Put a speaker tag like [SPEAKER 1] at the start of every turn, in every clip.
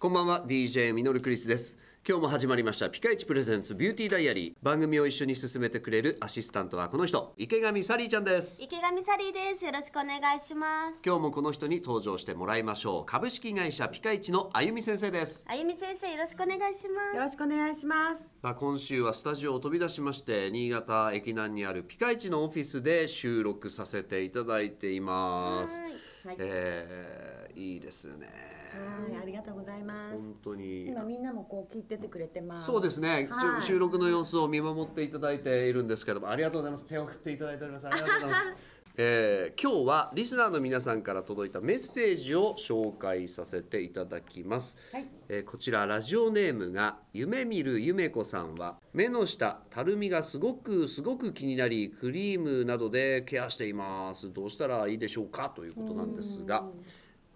[SPEAKER 1] こんばんは DJ ミノルクリスです今日も始まりましたピカイチプレゼンツビューティーダイアリー番組を一緒に進めてくれるアシスタントはこの人池上サリーちゃんです
[SPEAKER 2] 池上サリーですよろしくお願いします
[SPEAKER 1] 今日もこの人に登場してもらいましょう株式会社ピカイチのあゆみ先生です
[SPEAKER 2] あゆみ先生よろしくお願いし
[SPEAKER 3] よ
[SPEAKER 2] ます
[SPEAKER 3] ろしくお願いします。
[SPEAKER 1] さあ今週はスタジオを飛び出しまして新潟駅南にあるピカイチのオフィスで収録させていただいています
[SPEAKER 2] は
[SPEAKER 3] ーいはい
[SPEAKER 1] えーいいですね
[SPEAKER 3] はい、ありがとうございます。
[SPEAKER 1] 本当に
[SPEAKER 3] 今みんなもこう聞いててくれてます。
[SPEAKER 1] そうですね、
[SPEAKER 3] はい
[SPEAKER 1] 収録の様子を見守っていただいているんですけどもありがとうございます手を振っていただいておりますありがとうございます えー今日はリスナーの皆さんから届いたメッセージを紹介させていただきます、
[SPEAKER 3] はい
[SPEAKER 1] えーこちらラジオネームが夢見るゆめこさんは目の下たるみがすごくすごく気になりクリームなどでケアしていますどうしたらいいでしょうかということなんですが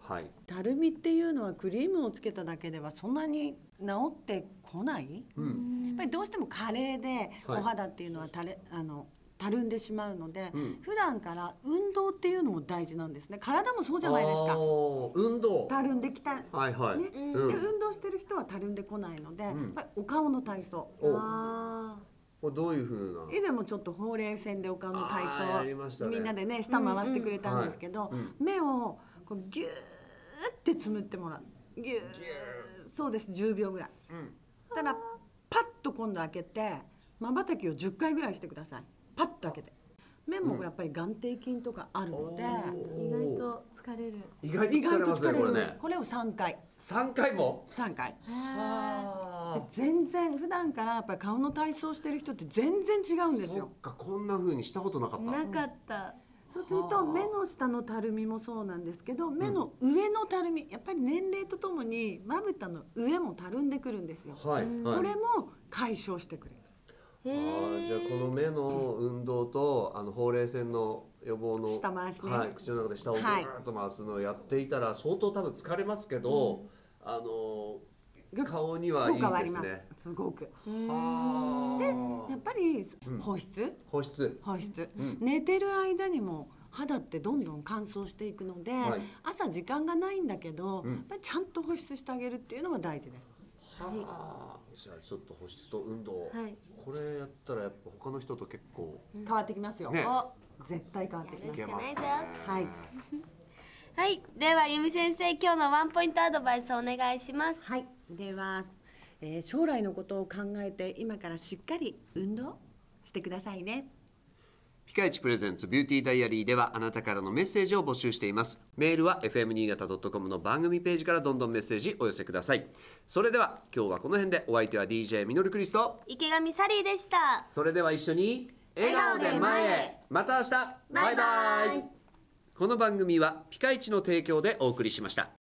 [SPEAKER 1] はい
[SPEAKER 3] たるみっていうのはクリームをつけただけではそんなに治ってこない。やっぱりどうしても加齢でお
[SPEAKER 1] はい
[SPEAKER 3] 肌っていうのはたれ、あの。たるんでしまうので、
[SPEAKER 1] うん
[SPEAKER 3] 普段から運動っていうのも大事なんですね。体もそうじゃないです
[SPEAKER 1] あ
[SPEAKER 3] か。
[SPEAKER 1] ー運動
[SPEAKER 3] たるんできた。ね、
[SPEAKER 1] はいはい、
[SPEAKER 3] で
[SPEAKER 1] うん
[SPEAKER 3] 運動してる人はたるんでこないので、
[SPEAKER 1] ん
[SPEAKER 3] やっぱりお顔の体操。
[SPEAKER 1] お
[SPEAKER 2] あ
[SPEAKER 1] これどういう風な
[SPEAKER 3] 以前もちょっとほうれい線でお顔の
[SPEAKER 1] あー
[SPEAKER 3] 体
[SPEAKER 1] やりまし
[SPEAKER 3] 操
[SPEAKER 1] た、ね
[SPEAKER 3] みんなでね下回してくれたんですけど、
[SPEAKER 1] うんうんはい
[SPEAKER 3] 目をこうギューってつむってもらうギューそうです10秒ぐらい、
[SPEAKER 1] ん
[SPEAKER 3] そしたらパッと今度開けてまばたきを10回ぐらいしてくださいパッと開けて目もやっぱり眼底筋とかあるので、
[SPEAKER 2] ー意外と疲れる
[SPEAKER 1] 意外と疲れますねこれね
[SPEAKER 3] これを3回
[SPEAKER 1] 3回も
[SPEAKER 3] 3回
[SPEAKER 2] あ
[SPEAKER 3] で全然普段からやっぱり顔の体操してる人って全然違うんです
[SPEAKER 1] そ
[SPEAKER 3] よ
[SPEAKER 1] っかこんな風にしたことなかっ
[SPEAKER 2] ー
[SPEAKER 1] た
[SPEAKER 2] なかった
[SPEAKER 3] そうする
[SPEAKER 1] はあ
[SPEAKER 3] と目の下のたるみもそうなんですけど目の上のたるみやっぱり年齢とともにまぶたの上もたるんでくるんですよ、
[SPEAKER 1] はい、はい、
[SPEAKER 3] それも解消してくれる
[SPEAKER 2] へ
[SPEAKER 1] あーじゃあこの目の運動とあのほうれい線の予防の
[SPEAKER 3] 下回しね
[SPEAKER 1] はい、口の中で下をぐ
[SPEAKER 3] はい
[SPEAKER 1] ーっと回すのをやっていたら相当多分疲れますけど、あのー顔にはいい
[SPEAKER 3] 効果はあ
[SPEAKER 1] で
[SPEAKER 3] り
[SPEAKER 1] す
[SPEAKER 3] ます
[SPEAKER 1] ね
[SPEAKER 3] すごく
[SPEAKER 1] は
[SPEAKER 3] や
[SPEAKER 1] ー
[SPEAKER 3] っぱり
[SPEAKER 1] うん
[SPEAKER 3] 保湿
[SPEAKER 1] 保湿
[SPEAKER 3] 保湿、
[SPEAKER 1] うん
[SPEAKER 3] 寝てる間にも肌ってどんどん乾燥していくので、
[SPEAKER 1] はい
[SPEAKER 3] 朝時間がないんだけど、
[SPEAKER 1] うん
[SPEAKER 3] やっぱりちゃんと保湿してあげるっていうのが大事です
[SPEAKER 1] はーじゃあちょっと保湿と運動、
[SPEAKER 2] はい
[SPEAKER 1] これやったらやっぱ他の人と結構
[SPEAKER 3] 変わってきますよ、
[SPEAKER 1] ね
[SPEAKER 2] お
[SPEAKER 3] 絶対変わってきます
[SPEAKER 1] いけますね
[SPEAKER 2] よろしくね
[SPEAKER 3] はい
[SPEAKER 2] はいではゆみ先生今日のワンポイントアドバイスお願いします
[SPEAKER 3] はい、では、えー将来のことを考えて今からしっかり運動してくださいね。
[SPEAKER 1] ピカイチプレゼンツビューティーダイアリーではあなたからのメッセージを募集しています。メールは fm 新潟 .com の番組ページからどんどんメッセージお寄せください。それでは今日はこの辺でお相手は DJ ミノルクリスト。
[SPEAKER 2] 池上サリーでした
[SPEAKER 1] それでは一緒に笑顔で前へ。また明日。バイバイ。この番組はピカイチの提供でお送りしました。